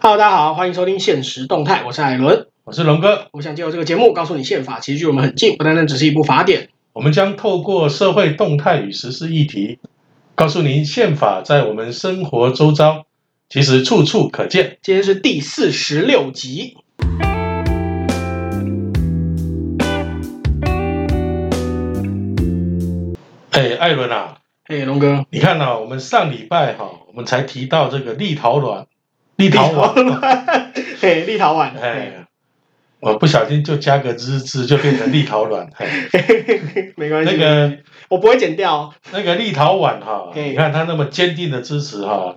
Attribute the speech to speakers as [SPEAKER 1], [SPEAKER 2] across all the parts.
[SPEAKER 1] Hello，大家好，欢迎收听《现实动态》，我是艾伦。
[SPEAKER 2] 我是龙哥，
[SPEAKER 1] 我想借由这个节目，告诉你宪法其实距我们很近，不单单只是一部法典。
[SPEAKER 2] 我们将透过社会动态与时事议题，告诉您宪法在我们生活周遭其实处处可见。
[SPEAKER 1] 今天是第四十六集。
[SPEAKER 2] 哎，艾伦啊，
[SPEAKER 1] 嘿，龙哥，
[SPEAKER 2] 你看啊，我们上礼拜哈、我们才提到这个立陶宛，立陶宛，
[SPEAKER 1] 宛， 嘿，立陶宛，
[SPEAKER 2] 哎，我不小心就加个日字，就变成立陶宛。 嘿
[SPEAKER 1] 嘿， 没关系，
[SPEAKER 2] 那个
[SPEAKER 1] 我不会剪掉。哦
[SPEAKER 2] 那个立陶宛哈、
[SPEAKER 1] 对
[SPEAKER 2] 你看他那么坚定的支持哈、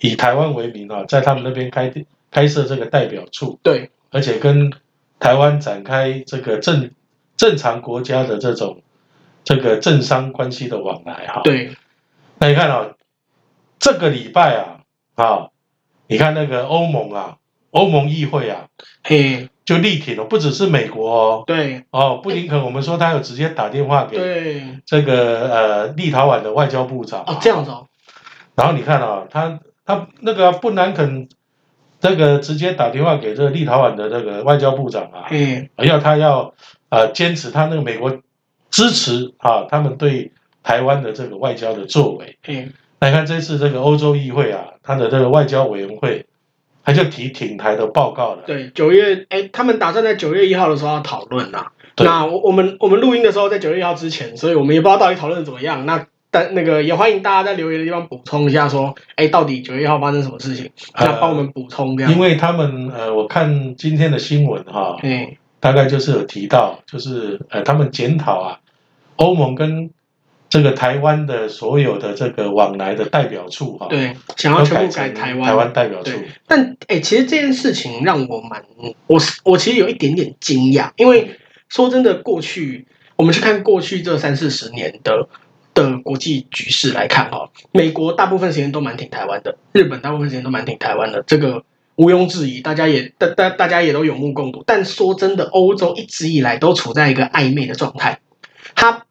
[SPEAKER 2] 以台湾为名啊，在他们那边开开设这个代表处，
[SPEAKER 1] 对，
[SPEAKER 2] 而且跟台湾展开这个正正常国家的这种这个政商关系的往来哈、
[SPEAKER 1] 对，
[SPEAKER 2] 那你看啊、这个礼拜啊啊、你看那个欧盟啊，欧盟议会啊，
[SPEAKER 1] 嘿，
[SPEAKER 2] 就力挺了，不只是美国哦，
[SPEAKER 1] 对，
[SPEAKER 2] 哦，布林肯，我们说他有直接打电话给
[SPEAKER 1] 对，
[SPEAKER 2] 这个呃立陶宛的外交部长啊
[SPEAKER 1] 哦，这样子哦，
[SPEAKER 2] 然后你看啊，他他那个啊布南肯，那个直接打电话给这个立陶宛的那个外交部长啊，
[SPEAKER 1] 嘿，
[SPEAKER 2] 要他要呃坚持他那个美国支持啊，他们对台湾的这个外交的作为。
[SPEAKER 1] 嘿，
[SPEAKER 2] 那你看这次这个欧洲议会啊，他的这个外交委员会，他就提挺台的报告了。
[SPEAKER 1] 对，九月，哎，他们打算在九月一号的时候要讨论呐。
[SPEAKER 2] 对
[SPEAKER 1] 那我我们我们录音的时候在九月一号之前，所以我们也不知道到底讨论得怎么样。那但那个也欢迎大家在留言的地方补充一下，说，哎，到底九月一号发生什么事情，
[SPEAKER 2] 呃
[SPEAKER 1] 那帮我们补充这样
[SPEAKER 2] 因。为他们呃，我看今天的新闻哈、
[SPEAKER 1] 哎，
[SPEAKER 2] 大概就是有提到，就是呃，他们检讨啊，欧盟跟这个台湾的所有的这个往来的代表处哈、
[SPEAKER 1] 对，想
[SPEAKER 2] 都
[SPEAKER 1] 要全部改
[SPEAKER 2] 成
[SPEAKER 1] 台
[SPEAKER 2] 台
[SPEAKER 1] 湾。
[SPEAKER 2] 代表处
[SPEAKER 1] 对，但哎，其实这件事情让我蛮，我我其实有一点点惊讶，因为说真的，过去我们去看过去这三四十年的的国际局势来看哦，美国大部分时间都蛮挺台湾的，日本大部分时间都蛮挺台湾的，这个毋庸置疑，大家也大大大家也都有目共睹。但说真的，欧洲一直以来都处在一个暧昧的状态，他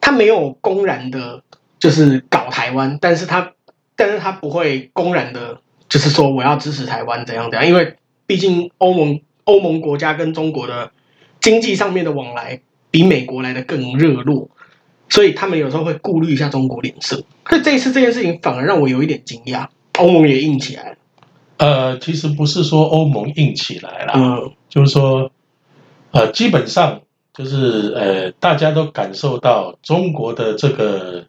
[SPEAKER 1] 他没有公然的，就是搞台湾，但是他但是他不会公然的，就是说我要支持台湾怎样怎样，因为毕竟欧盟欧盟国家跟中国的经济上面的往来比美国来的更热络，所以他们有时候会顾虑一下中国脸色。所以这一次这件事情反而让我有一点惊讶，欧盟也硬起来了。
[SPEAKER 2] 呃，其实不是说欧盟硬起来了，
[SPEAKER 1] 嗯，
[SPEAKER 2] 就是说，呃，基本上就是呃，大家都感受到中国的这个，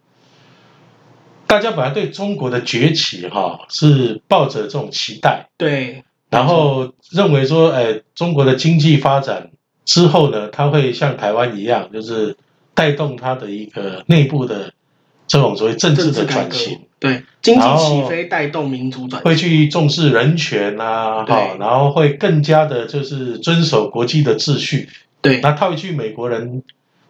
[SPEAKER 2] 大家本来对中国的崛起哈、是抱着这种期待，
[SPEAKER 1] 对，
[SPEAKER 2] 然后认为说，哎，中国的经济发展之后呢，它会像台湾一样，就是带动它的一个内部的这种所谓政治
[SPEAKER 1] 政
[SPEAKER 2] 的
[SPEAKER 1] 治改
[SPEAKER 2] 转
[SPEAKER 1] 革
[SPEAKER 2] 型，，
[SPEAKER 1] 对经济
[SPEAKER 2] 然后
[SPEAKER 1] 起飞带动民主转型，
[SPEAKER 2] 会去重视人权啊，
[SPEAKER 1] 对
[SPEAKER 2] 哈，然后会更加的就是遵守国际的秩序。
[SPEAKER 1] 对
[SPEAKER 2] 那套一句美国人，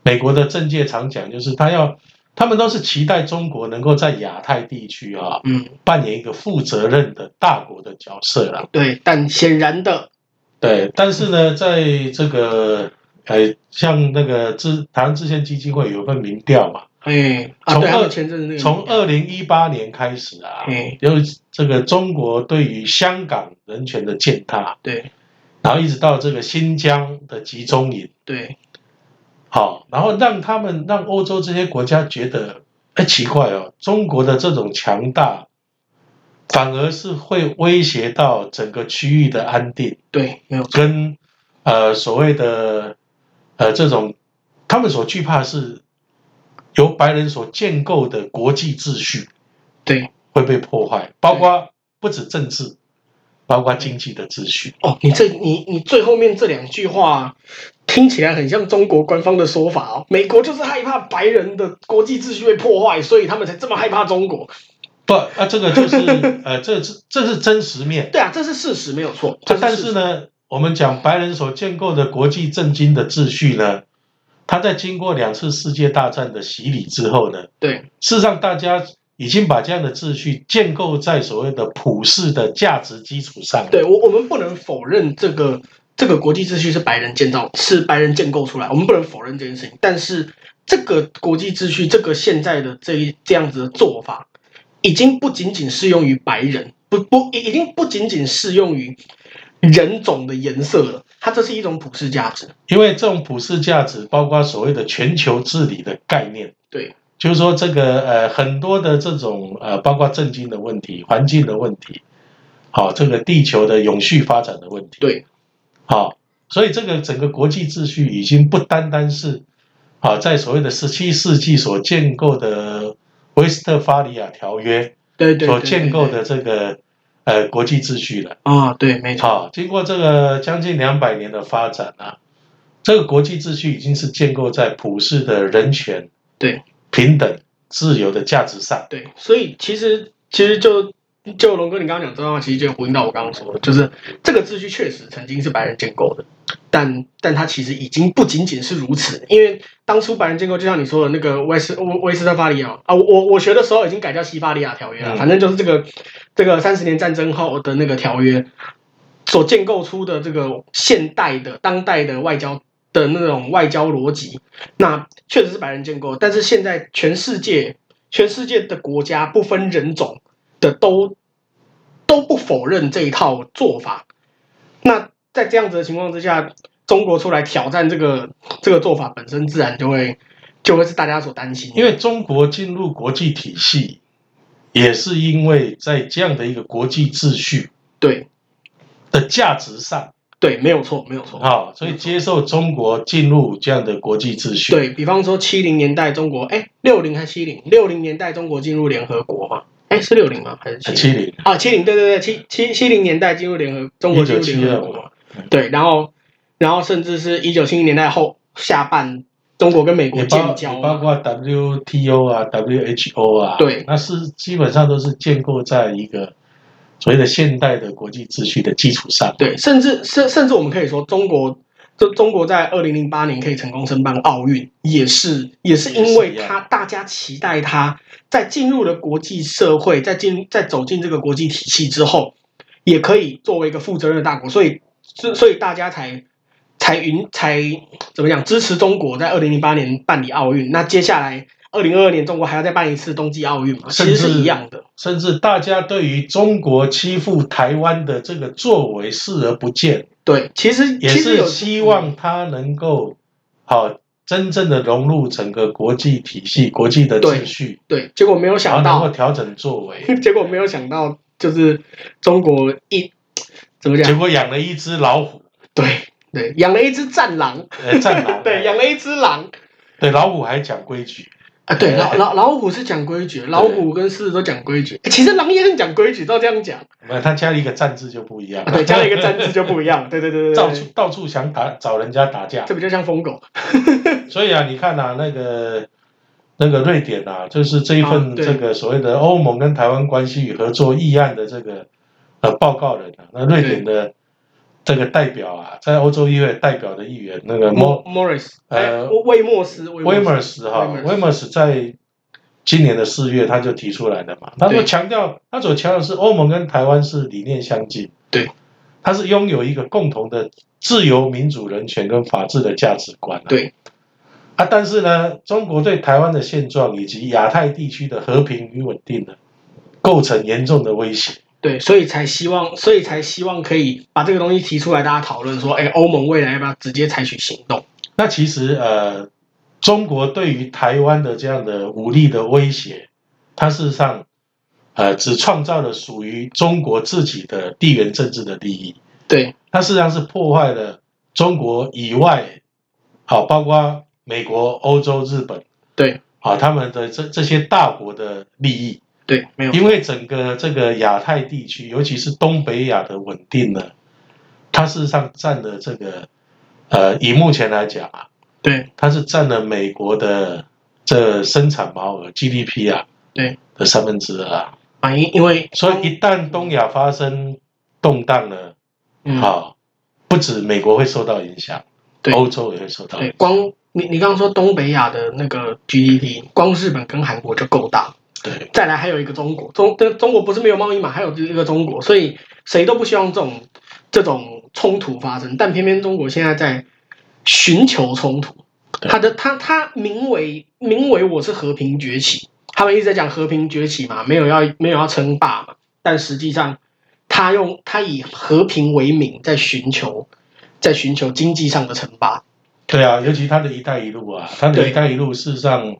[SPEAKER 2] 美国的政界常讲，就是他要，他们都是期待中国能够在亚太地区啊
[SPEAKER 1] 嗯
[SPEAKER 2] 扮演一个负责任的大国的角色啦。
[SPEAKER 1] 对，但显然的，
[SPEAKER 2] 对，但是呢，在这个呃，像那个之台湾制宪基金会有一份民调嘛，
[SPEAKER 1] 哎，啊，
[SPEAKER 2] 从
[SPEAKER 1] 对，还有
[SPEAKER 2] 二
[SPEAKER 1] 前阵子那个
[SPEAKER 2] 从二零一八年开始啊，
[SPEAKER 1] 哎
[SPEAKER 2] 有这个中国对于香港人权的践踏，
[SPEAKER 1] 对
[SPEAKER 2] 然后一直到这个新疆的集中营，
[SPEAKER 1] 对
[SPEAKER 2] 好，然后让他们让欧洲这些国家觉得，哎，奇怪哦，中国的这种强大，反而是会威胁到整个区域的安定。
[SPEAKER 1] 对，没有错，
[SPEAKER 2] 跟呃所谓的呃这种，他们所惧怕是由白人所建构的国际秩序
[SPEAKER 1] 对。
[SPEAKER 2] 会被破坏，包括不止政治，包括经济的秩序。
[SPEAKER 1] 哦，你这你你最后面这两句话听起来很像中国官方的说法哦。美国就是害怕白人的国际秩序被破坏，所以他们才这么害怕中国。
[SPEAKER 2] 不啊，这个就是呃，这是这是真实面。
[SPEAKER 1] 对啊，这是事实，没有错。
[SPEAKER 2] 啊
[SPEAKER 1] 这
[SPEAKER 2] 但
[SPEAKER 1] 事
[SPEAKER 2] 是
[SPEAKER 1] 实，
[SPEAKER 2] 呢，我们讲白人所建构的国际政经的秩序呢，它在经过两次世界大战的洗礼之后呢，
[SPEAKER 1] 对
[SPEAKER 2] 事实上，大家已经把这样的秩序建构在所谓的普世的价值基础上。，
[SPEAKER 1] 对，我我们不能否认这个这个国际秩序是白人建造，是白人建构出来，我们不能否认这件事情。但是这个国际秩序，这个现在的这一这样子的做法，已经不仅仅适用于白人，不不已已经不仅仅适用于人种的颜色了，它这是一种普世价值。
[SPEAKER 2] 因为这种普世价值包括所谓的全球治理的概念，
[SPEAKER 1] 对，
[SPEAKER 2] 就是说这个呃很多的这种呃包括政经的问题、环境的问题，好、这个地球的永续发展的问题，
[SPEAKER 1] 对，
[SPEAKER 2] 好、所以这个整个国际秩序已经不单单是啊在所谓的十七世纪所建构的维斯特法里亚条约
[SPEAKER 1] 对对
[SPEAKER 2] 所
[SPEAKER 1] 对
[SPEAKER 2] 建构
[SPEAKER 1] 对
[SPEAKER 2] 的这个呃国际秩序了。
[SPEAKER 1] 啊，对，没错，
[SPEAKER 2] 好、经过这个将近两百年的发展啊，这个国际秩序已经是建构在普世的人权、
[SPEAKER 1] 对
[SPEAKER 2] 平等、自由的价值上。
[SPEAKER 1] 对，所以其实其实就就龙哥你刚刚讲这段话，其实就呼应到我刚刚说的，就是这个秩序确实曾经是白人建构的，但但它其实已经不仅仅是如此，因为当初白人建构，就像你说的那个威斯威威斯特法利亚啊，我我我学的时候已经改叫西法利亚条约了，
[SPEAKER 2] 嗯
[SPEAKER 1] 反正就是这个这个三十年战争后的那个条约所建构出的这个现代的当代的外交的那种外交逻辑，那确实是白人建构，但是现在全世界全世界的国家不分人种的都都不否认这一套做法。那在这样子的情况之下，中国出来挑战这个这个做法本身，自然就会就会是大家所担心的。
[SPEAKER 2] 因为中国进入国际体系，也是因为在这样的一个国际秩序
[SPEAKER 1] 对
[SPEAKER 2] 的价值上，
[SPEAKER 1] 对，没有错，没有错。
[SPEAKER 2] 好、所以接受中国进入这样的国际秩序。，
[SPEAKER 1] 对比方说，七零年代中国，哎，六零还七零，六零年代中国进入联合国嘛？哎，是六零吗？还是七
[SPEAKER 2] 七零
[SPEAKER 1] 啊，七零，对对对，七七七零年代进入联合中国进入联合国嘛
[SPEAKER 2] 1972嘛，
[SPEAKER 1] 对，然后然后甚至是一九七零年代后下半，中国跟美国
[SPEAKER 2] 也包
[SPEAKER 1] 建
[SPEAKER 2] 也
[SPEAKER 1] 交啊
[SPEAKER 2] 包
[SPEAKER 1] 嘛，
[SPEAKER 2] 括 WTO 啊、WHO 啊，
[SPEAKER 1] 对
[SPEAKER 2] 那是基本上都是建构在一个所谓的现代的国际秩序的基础上。
[SPEAKER 1] 对，甚至甚甚至我们可以说，中国就中国在二零零八年可以成功申办奥运，也是也是因为
[SPEAKER 2] 也是一
[SPEAKER 1] 它
[SPEAKER 2] 样
[SPEAKER 1] 大家期待它在进入了国际社会，在进在走进这个国际体系之后，也可以作为一个负责任的大国，所以所所以大家才才允才怎么讲支持中国在二零零八年办理奥运，那接下来。二零二二年中国还要再办一次冬季奥运嘛？其实是
[SPEAKER 2] 甚至
[SPEAKER 1] 一样的，
[SPEAKER 2] 甚至大家对于中国欺负台湾的这个作为视而不见，
[SPEAKER 1] 对，其实
[SPEAKER 2] 也
[SPEAKER 1] 其实有嗯
[SPEAKER 2] 是希望它能够好、真正的融入整个国际体系、国际的秩序，
[SPEAKER 1] 对，结果没有
[SPEAKER 2] 然
[SPEAKER 1] 想
[SPEAKER 2] 后
[SPEAKER 1] 到
[SPEAKER 2] 能够调整作 为。
[SPEAKER 1] 结果没有想到，就是中国一怎么
[SPEAKER 2] 结
[SPEAKER 1] 讲？
[SPEAKER 2] 果养了一只老虎，
[SPEAKER 1] 对对，养了一只战狼，。
[SPEAKER 2] 呃，战 狼
[SPEAKER 1] 对，养了一只狼
[SPEAKER 2] 对老虎还讲规矩，
[SPEAKER 1] 啊。对，老
[SPEAKER 2] 哎
[SPEAKER 1] 老老虎是讲规矩，老虎跟狮子都讲规矩。哎其实狼也很讲规矩，照这样讲，
[SPEAKER 2] 那他加了一个“战”字就不一样
[SPEAKER 1] 啊对，加了 一个“战”字就不一样了。对对对对
[SPEAKER 2] 到
[SPEAKER 1] 对
[SPEAKER 2] 处
[SPEAKER 1] 对，
[SPEAKER 2] 到处想打找人家打架
[SPEAKER 1] 这，比较像疯狗。
[SPEAKER 2] 所以啊，你看啊，那个那个瑞典啊，就是这一
[SPEAKER 1] 啊
[SPEAKER 2] 份
[SPEAKER 1] 对
[SPEAKER 2] 这个所谓的欧盟跟台湾关系与合作议案的这个呃报告人啊，那瑞典的这个代表啊，在欧洲议会代表的议员那个莫
[SPEAKER 1] Mor Morris，哎，
[SPEAKER 2] 呃
[SPEAKER 1] 威莫斯，
[SPEAKER 2] 威
[SPEAKER 1] 威
[SPEAKER 2] 默
[SPEAKER 1] 莫斯，
[SPEAKER 2] 斯哈，
[SPEAKER 1] Wimers
[SPEAKER 2] 威默斯在今年的四月他就提出来了嘛，他
[SPEAKER 1] 对
[SPEAKER 2] 说强调他所强调的是欧盟跟台湾是理念相近，
[SPEAKER 1] 对，
[SPEAKER 2] 它是拥有一个共同的自由、民主、人权跟法治的价值观、啊，
[SPEAKER 1] 对
[SPEAKER 2] 啊，但是呢，中国对台湾的现状以及亚太地区的和平与稳定呢，构成严重的威胁。
[SPEAKER 1] 对，所以才希望，所以才希望可以把这个东西提出来，大家讨论说，哎，欧盟未来要不要直接采取行动？
[SPEAKER 2] 那其实呃，中国对于台湾的这样的武力的威胁，它事实上呃只创造了属于中国自己的地缘政治的利益，
[SPEAKER 1] 对
[SPEAKER 2] 它事实上是破坏了中国以外，好、包括美国、欧洲、日本，
[SPEAKER 1] 对
[SPEAKER 2] 好、他们的这这些大国的利益。
[SPEAKER 1] 对，没有错
[SPEAKER 2] 因为整个这个亚太地区，尤其是东北亚的稳定呢，它事实上占了这个，呃，以目前来讲啊，
[SPEAKER 1] 对。
[SPEAKER 2] 它是占了美国的这生产毛额 GDP 啊，
[SPEAKER 1] 对
[SPEAKER 2] 的三分之二啊。
[SPEAKER 1] 啊，因因为
[SPEAKER 2] 所以一旦东亚发生动荡呢，
[SPEAKER 1] 嗯，
[SPEAKER 2] 好、不止美国会受到影响，
[SPEAKER 1] 对
[SPEAKER 2] 欧洲也会受到影
[SPEAKER 1] 对
[SPEAKER 2] 响，。
[SPEAKER 1] 光你你刚刚说东北亚的那个 GDP，光日本跟韩国就够大，
[SPEAKER 2] 对，
[SPEAKER 1] 再来还有一个中国，中中中国不是没有贸易嘛，还有一个中国，所以谁都不希望这种这种冲突发生，但偏偏中国现在在寻求冲突，
[SPEAKER 2] 对
[SPEAKER 1] 他的他他名为名为我是和平崛起，他们一直在讲和平崛起嘛，没有要没有要称霸嘛，但实际上他用他以和平为名在寻求，在寻求经济上的称霸。
[SPEAKER 2] 对啊，尤其他的“一带一路”啊，他的“一带一路”事实上，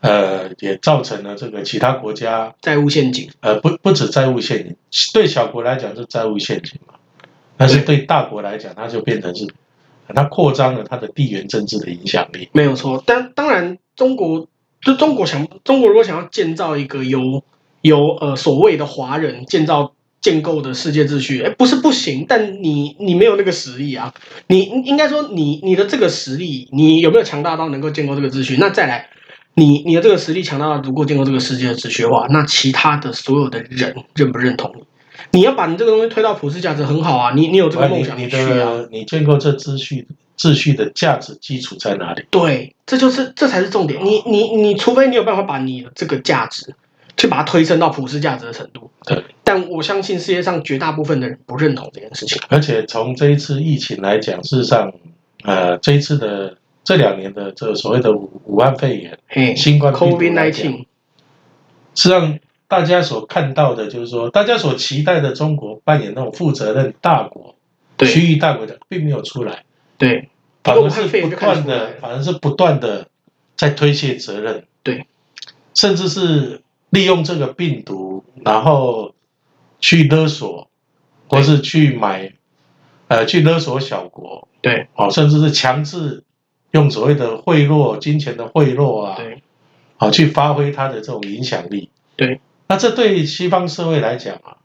[SPEAKER 2] 呃，也造成了这个其他国家，
[SPEAKER 1] 债务陷阱，
[SPEAKER 2] 呃，不不止债务陷阱，对小国来讲是债务陷阱嘛，但是对大国来讲，它就变成是，它扩张了它的地缘政治的影响力。
[SPEAKER 1] 没有错。但当然，中国就中国想，中国如果想要建造一个由由呃所谓的华人建造建构的世界秩序，哎，不是不行，但你你没有那个实力啊。你应应该说你你的这个实力，你有没有强大到能够建构这个秩序？那再来。你你的这个实力强大到足够建构这个世界的秩序的话，那其他的所有的人认不认同你？你要把你这个东西推到普世价值很好啊，你你有这个
[SPEAKER 2] 而
[SPEAKER 1] 梦
[SPEAKER 2] 哎你
[SPEAKER 1] 想
[SPEAKER 2] 你
[SPEAKER 1] 去啊，
[SPEAKER 2] 的你建构这秩序秩序的价值基础在哪里？
[SPEAKER 1] 对，这就是这才是重点。
[SPEAKER 2] 哦
[SPEAKER 1] 你你你，除非你有办法把你的这个价值去把它推升到普世价值的程度。
[SPEAKER 2] 对，
[SPEAKER 1] 但我相信世界上绝大部分的人不认同这件事情。
[SPEAKER 2] 而且从这一次疫情来讲，事实上，呃，这一次的这两年的这个所谓的武武汉肺炎、
[SPEAKER 1] 嘿
[SPEAKER 2] 新冠病毒
[SPEAKER 1] ，COVID
[SPEAKER 2] 来讲，
[SPEAKER 1] nineteen，
[SPEAKER 2] 是让大家所看到的，就是说，大家所期待的中国扮演那种负责任大国、
[SPEAKER 1] 对
[SPEAKER 2] 区域大国的，并没有出来，
[SPEAKER 1] 对
[SPEAKER 2] 反
[SPEAKER 1] 武
[SPEAKER 2] 而
[SPEAKER 1] 汉
[SPEAKER 2] 是
[SPEAKER 1] 肺炎
[SPEAKER 2] 不
[SPEAKER 1] 就看得
[SPEAKER 2] 断
[SPEAKER 1] 出来了
[SPEAKER 2] 的，反而是不断的在推卸责任，
[SPEAKER 1] 对，
[SPEAKER 2] 甚至是利用这个病毒，然后去勒索，
[SPEAKER 1] 对
[SPEAKER 2] 或是去买，呃，去勒索小国，
[SPEAKER 1] 对
[SPEAKER 2] 哦，甚至是强制用所谓的贿赂、金钱的贿赂啊，
[SPEAKER 1] 对
[SPEAKER 2] 啊，去发挥它的这种影响力。
[SPEAKER 1] 对，
[SPEAKER 2] 那这对西方社会来讲啊，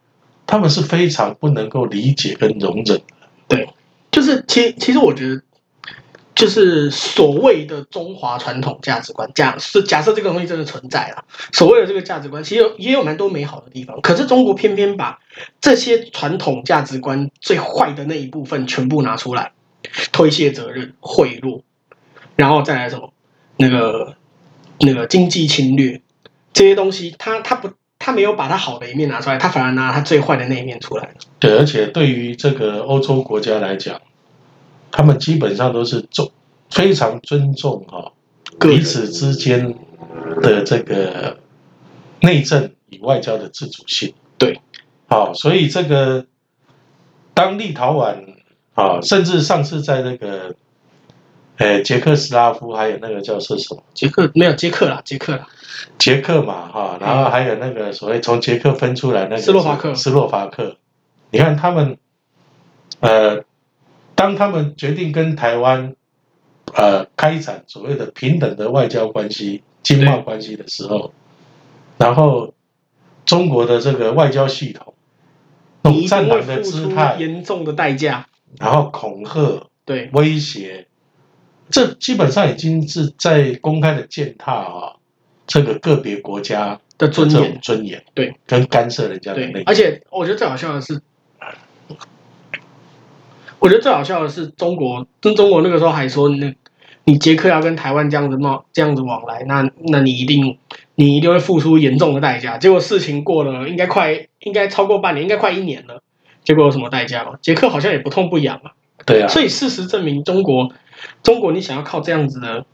[SPEAKER 2] 他们是非常不能够理解跟容忍的。
[SPEAKER 1] 对，就是其其实我觉得，就是所谓的中华传统价值观，假是假设这个东西真的存在了，所谓的这个价值观，其实有也有蛮多美好的地方。可是中国偏偏把这些传统价值观最坏的那一部分全部拿出来，推卸责任、贿赂，然后再来什么那个那个经济侵略这些东西，他他不他没有把他好的一面拿出来，他反而拿他最坏的那一面出来。
[SPEAKER 2] 对，而且对于这个欧洲国家来讲，他们基本上都是重非常尊重哦哈、
[SPEAKER 1] 个人
[SPEAKER 2] 彼此之间的这个内政与外交的自主性。
[SPEAKER 1] 对，
[SPEAKER 2] 好、所以这个当立陶宛啊、甚至上次在那个呃捷克斯拉夫，还有那个叫是什么？
[SPEAKER 1] 捷克没有捷克啦，捷克啦。
[SPEAKER 2] 捷克嘛，哈，然后还有那个所谓从捷克分出来那个
[SPEAKER 1] 嗯斯洛伐克
[SPEAKER 2] 斯洛伐克，你看他们，呃，当他们决定跟台湾，呃，开展所谓的平等的外交关系、经贸关系的时候，然后中国的这个外交系统，那
[SPEAKER 1] 你
[SPEAKER 2] 种
[SPEAKER 1] 一定
[SPEAKER 2] 战
[SPEAKER 1] 会
[SPEAKER 2] 狼的
[SPEAKER 1] 付
[SPEAKER 2] 姿
[SPEAKER 1] 出
[SPEAKER 2] 态，
[SPEAKER 1] 严重的代价。
[SPEAKER 2] 然后恐吓、
[SPEAKER 1] 对
[SPEAKER 2] 威胁，这基本上已经是在公开的践踏啊，这个个别国家
[SPEAKER 1] 的尊
[SPEAKER 2] 这种
[SPEAKER 1] 严，
[SPEAKER 2] 尊严，
[SPEAKER 1] 对，
[SPEAKER 2] 跟干涉人家的
[SPEAKER 1] 对
[SPEAKER 2] 内，
[SPEAKER 1] 而且我觉得最好笑的是，我觉得最好笑的是中国，跟中国那个时候还说那，你捷克要跟台湾这样子贸这样子往来，那那你一定你一定会付出严重的代价。结果事情过了，应该快应该超过半年，应该快一年了。结果有什么代价吗？捷克好像也不痛不痒啊。
[SPEAKER 2] 对啊，
[SPEAKER 1] 所以事实证明，中国，中国你想要靠这样子的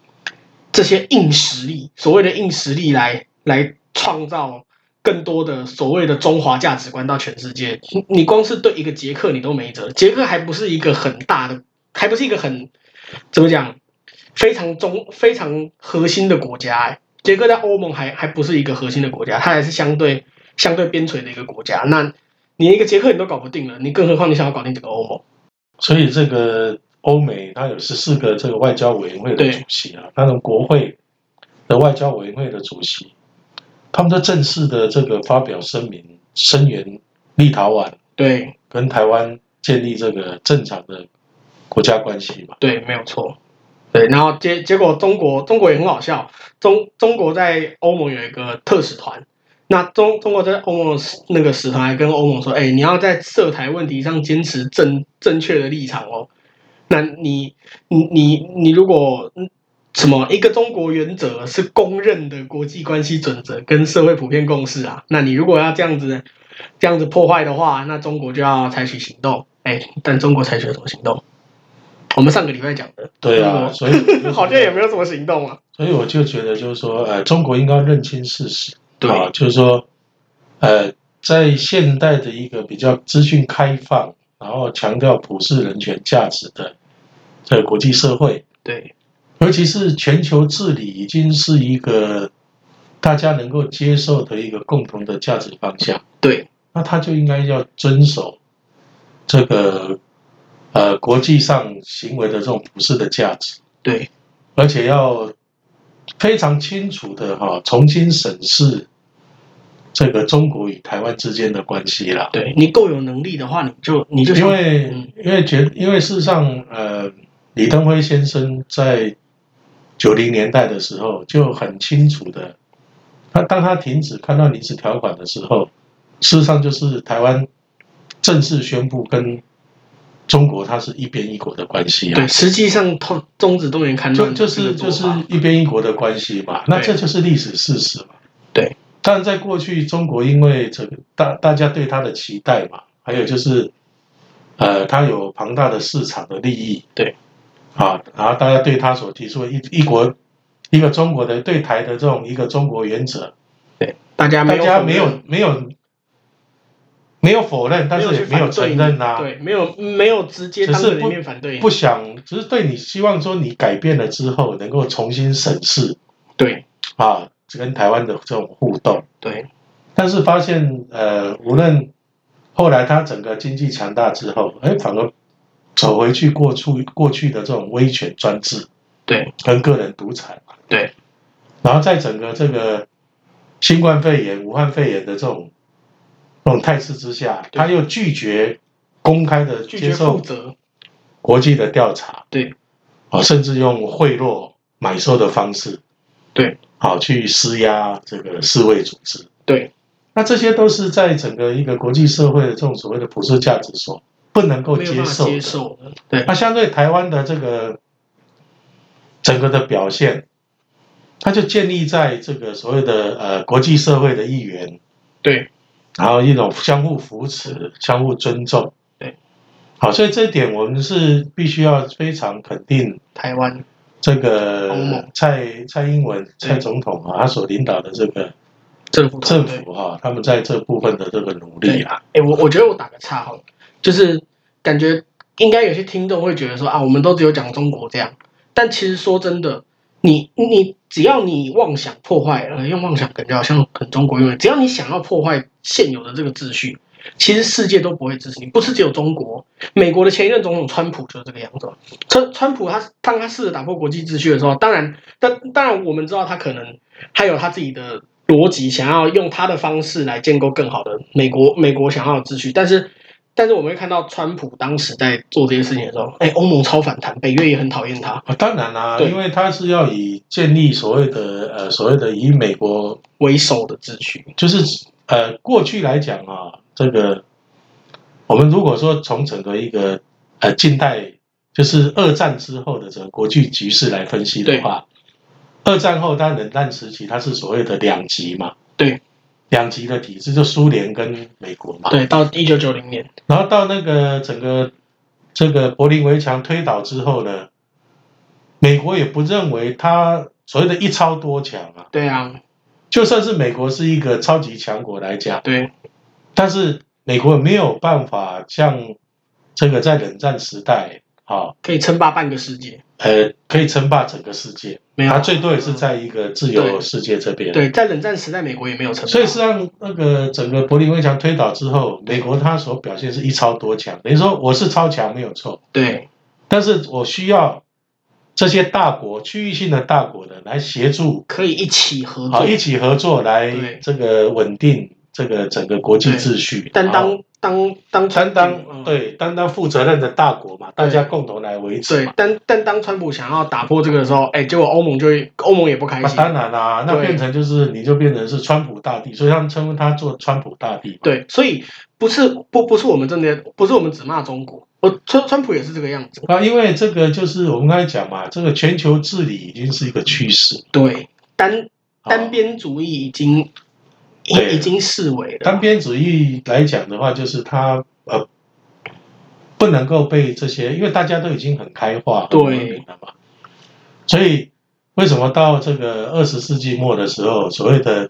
[SPEAKER 1] 这些硬实力，所谓的硬实力来来创造更多的所谓的中华价值观到全世界，你你光是对一个捷克你都没辙，捷克还不是一个很大的，还不是一个很怎么讲，非常中非常核心的国家、哎，捷克在欧盟还还不是一个核心的国家，它还是相对相对边陲的一个国家，那。你一个捷克你都搞不定了，你更何况你想要搞定整个欧盟？
[SPEAKER 2] 所以这个欧美它有十四个这个外交委员会的
[SPEAKER 1] 对
[SPEAKER 2] 主席啊，他们国会的外交委员会的主席，他们都正式的这个发表声明，声援立陶宛
[SPEAKER 1] 对，
[SPEAKER 2] 跟台湾建立这个正常的国家关系嘛。
[SPEAKER 1] 对，没有错。对，然后结结果中国中国也很好笑，中中国在欧盟有一个特使团，那中中国在欧盟的使那个使团还跟欧盟说，哎，你要在涉台问题上坚持正正确的立场哦。那你你你你如果嗯什么一个中国原则是公认的国际关系准则跟社会普遍共识啊，那你如果要这样子这样子破坏的话，那中国就要采取行动。哎，但中国采取了什么行动？我们上个礼拜讲的，
[SPEAKER 2] 对啊，
[SPEAKER 1] 中
[SPEAKER 2] 所以我就觉
[SPEAKER 1] 国
[SPEAKER 2] 得
[SPEAKER 1] 好像也没有什么行动啊。
[SPEAKER 2] 所以我就觉得，就是说，呃，中国应该认清事实，
[SPEAKER 1] 对
[SPEAKER 2] 啊，就是说，呃，在现代的一个比较资讯开放，然后强调普世人权价值的这个国际社会，
[SPEAKER 1] 对
[SPEAKER 2] 尤其是全球治理已经是一个大家能够接受的一个共同的价值方向，
[SPEAKER 1] 对
[SPEAKER 2] 那他就应该要遵守这个呃国际上行为的这种普世的价值，
[SPEAKER 1] 对
[SPEAKER 2] 而且要非常清楚的哈、重新审视这个中国与台湾之间的关系啦。
[SPEAKER 1] 对，你够有能力的话，你就你就
[SPEAKER 2] 因
[SPEAKER 1] 想
[SPEAKER 2] 为
[SPEAKER 1] 嗯
[SPEAKER 2] 因为觉因为事实上，呃，李登辉先生在九零年代的时候就很清楚的，他当他停止看到临时条款的时候，事实上就是台湾正式宣布跟中国它是一边一国的关系啊
[SPEAKER 1] 对，，实际上通终止动员戡
[SPEAKER 2] 就
[SPEAKER 1] 乱
[SPEAKER 2] 就
[SPEAKER 1] 这
[SPEAKER 2] 是就
[SPEAKER 1] 个
[SPEAKER 2] 是
[SPEAKER 1] 做法
[SPEAKER 2] 一边一国的关系嘛，那这就是历史事实嘛。
[SPEAKER 1] 对，
[SPEAKER 2] 但在过去中国因为这个大大家对它的期待嘛，还有就是，呃，它有庞大的市场的利益，
[SPEAKER 1] 对，
[SPEAKER 2] 啊，然后大家对它所提出的一一国一个中国的对台的这种一个中国原则，
[SPEAKER 1] 对大家
[SPEAKER 2] 大
[SPEAKER 1] 没有
[SPEAKER 2] 家
[SPEAKER 1] 否
[SPEAKER 2] 没
[SPEAKER 1] 认
[SPEAKER 2] 有没有没有否认，但是也
[SPEAKER 1] 去
[SPEAKER 2] 没有
[SPEAKER 1] 反对
[SPEAKER 2] 承
[SPEAKER 1] 你
[SPEAKER 2] 认呐、啊
[SPEAKER 1] 对，没有没有直接
[SPEAKER 2] 只
[SPEAKER 1] 当
[SPEAKER 2] 是
[SPEAKER 1] 着
[SPEAKER 2] 不
[SPEAKER 1] 你面反对你，
[SPEAKER 2] 不想，只是对你希望说你改变了之后能够重新审视。
[SPEAKER 1] 对
[SPEAKER 2] 啊，跟台湾的这种互动。
[SPEAKER 1] 对
[SPEAKER 2] 但是发现，呃，无论后来他整个经济强大之后，哎，反而走回去过去过去的这种威权专制
[SPEAKER 1] 对
[SPEAKER 2] 跟个人独裁嘛。
[SPEAKER 1] 对
[SPEAKER 2] 然后在整个这个新冠肺炎、武汉肺炎的这种这种态势之下，
[SPEAKER 1] 对
[SPEAKER 2] 他又拒绝公开的
[SPEAKER 1] 拒
[SPEAKER 2] 接
[SPEAKER 1] 绝负
[SPEAKER 2] 受
[SPEAKER 1] 责，
[SPEAKER 2] 国际的调查，
[SPEAKER 1] 对
[SPEAKER 2] 啊，甚至用贿赂、买受的方式，
[SPEAKER 1] 对
[SPEAKER 2] 好去施压这个世卫组织。
[SPEAKER 1] 对
[SPEAKER 2] 那这些都是在整个一个国际社会的这种所谓的普世价值所不能够
[SPEAKER 1] 没有
[SPEAKER 2] 接
[SPEAKER 1] 办
[SPEAKER 2] 受
[SPEAKER 1] 法
[SPEAKER 2] 的。
[SPEAKER 1] 接受的，对
[SPEAKER 2] 那相对台湾的这个整个的表现，它就建立在这个所谓的呃国际社会的一员，
[SPEAKER 1] 对
[SPEAKER 2] 然后一种相互扶持、相互尊重。
[SPEAKER 1] 对，
[SPEAKER 2] 好，所以这一点我们是必须要非常肯定
[SPEAKER 1] 台湾
[SPEAKER 2] 这
[SPEAKER 1] 欧
[SPEAKER 2] 个
[SPEAKER 1] 盟
[SPEAKER 2] 蔡蔡英文
[SPEAKER 1] 对
[SPEAKER 2] 蔡总统啊，他所领导的这个
[SPEAKER 1] 政府
[SPEAKER 2] 政
[SPEAKER 1] 团队
[SPEAKER 2] 府哈、他们在这部分的这个努力啊。
[SPEAKER 1] 哎、我我觉得我打个岔好了，就是感觉应该有些听众会觉得说啊，我们都只有讲中国这样，但其实说真的，你你只要你妄想破坏，呃，用妄想感觉好像很中国用语，只要你想要破坏现有的这个秩序，其实世界都不会支持你，不是只有中国，美国的前一任总统川普就是这个样子嘛。川川普他当他试着打破国际秩序的时候，当然，但当然我们知道他可能他有他自己的逻辑，想要用他的方式来建构更好的美国美国想要的秩序，但是。但是我们会看到，川普当时在做这些事情的时候，哎，欧盟超反弹，北约也很讨厌他，
[SPEAKER 2] 啊，当然啦、
[SPEAKER 1] 对
[SPEAKER 2] 因为它是要以建立所谓的呃所谓的以美国
[SPEAKER 1] 为首的秩序。
[SPEAKER 2] 就是呃过去来讲啊，这个我们如果说从整个一个呃近代就是二战之后的整个国际局势来分析的话，二战后当然冷战时期它是所谓的两极嘛，
[SPEAKER 1] 对，
[SPEAKER 2] 两极的体制就苏联跟美国嘛，
[SPEAKER 1] 对，到一九九零年，
[SPEAKER 2] 然后到那个整个这个柏林围墙推倒之后呢，美国也不认为它所谓的一超多强啊，
[SPEAKER 1] 对啊，
[SPEAKER 2] 就算是美国是一个超级强国来讲，
[SPEAKER 1] 对
[SPEAKER 2] 但是美国没有办法像这个在冷战时代啊，
[SPEAKER 1] 可以称霸半个世界，
[SPEAKER 2] 呃，可以称霸整个世界，
[SPEAKER 1] 没有
[SPEAKER 2] 它啊最多也是在一个自由世界这边。
[SPEAKER 1] 对，在冷战时代，美国也没有称霸，
[SPEAKER 2] 所以实际上，那个整个柏林围墙推倒之后，美国它所表现是一超多强，等于说我是超强没有错，
[SPEAKER 1] 对
[SPEAKER 2] 但是我需要这些大国、区域性的大国呢，来协助，
[SPEAKER 1] 可以一起合
[SPEAKER 2] 好
[SPEAKER 1] 作。
[SPEAKER 2] 一起合作来
[SPEAKER 1] 对
[SPEAKER 2] 这个稳定这个整个国际秩序，
[SPEAKER 1] 但
[SPEAKER 2] 然后
[SPEAKER 1] 当当当
[SPEAKER 2] 担
[SPEAKER 1] 嗯
[SPEAKER 2] 当对担当负责任的大国嘛，大家共同来维持
[SPEAKER 1] 对
[SPEAKER 2] 嘛。，
[SPEAKER 1] 但但当川普想要打破这个的时候，哎，结果欧盟就会欧盟也不开
[SPEAKER 2] 那
[SPEAKER 1] 心。
[SPEAKER 2] 啊当然啦、那
[SPEAKER 1] 对
[SPEAKER 2] 变成就是你就变成是川普大帝，所以他们称呼他做川普大帝嘛。
[SPEAKER 1] 对，所以不是不不是我们真的不是我们只骂中国，我川川普也是这个样子。
[SPEAKER 2] 啊，因为这个就是我们刚才讲嘛，这个全球治理已经是一个趋势，
[SPEAKER 1] 对，单
[SPEAKER 2] 啊
[SPEAKER 1] 单边主义已经已
[SPEAKER 2] 对
[SPEAKER 1] 已经视为了
[SPEAKER 2] 单边主义来讲的话，就是它呃不能够被这些，因为大家都已经很开化、很
[SPEAKER 1] 对
[SPEAKER 2] 文明了嘛，所以为什么到这个二十世纪末的时候，所谓的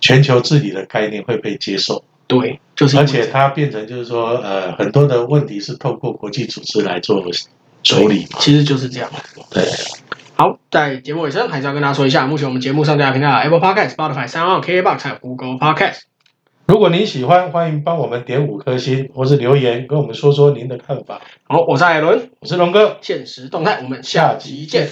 [SPEAKER 2] 全球治理的概念会被接受？
[SPEAKER 1] 对，就是因
[SPEAKER 2] 而
[SPEAKER 1] 为
[SPEAKER 2] 且它变成就是说，呃，很多的问题是透过国际组织来做处理嘛。
[SPEAKER 1] 其实就是这样。
[SPEAKER 2] 对，
[SPEAKER 1] 好，在节目尾声还是要跟大家说一下，目前我们节目上架的平台有 Apple Podcast、Spotify、三万 KBox 还有 Google Podcast。
[SPEAKER 2] 如果您喜欢，欢迎帮我们点五颗星，或是留言跟我们说说您的看法。
[SPEAKER 1] 好，我是艾伦，
[SPEAKER 2] 我是龙哥，
[SPEAKER 1] 现实动态，我们下集见。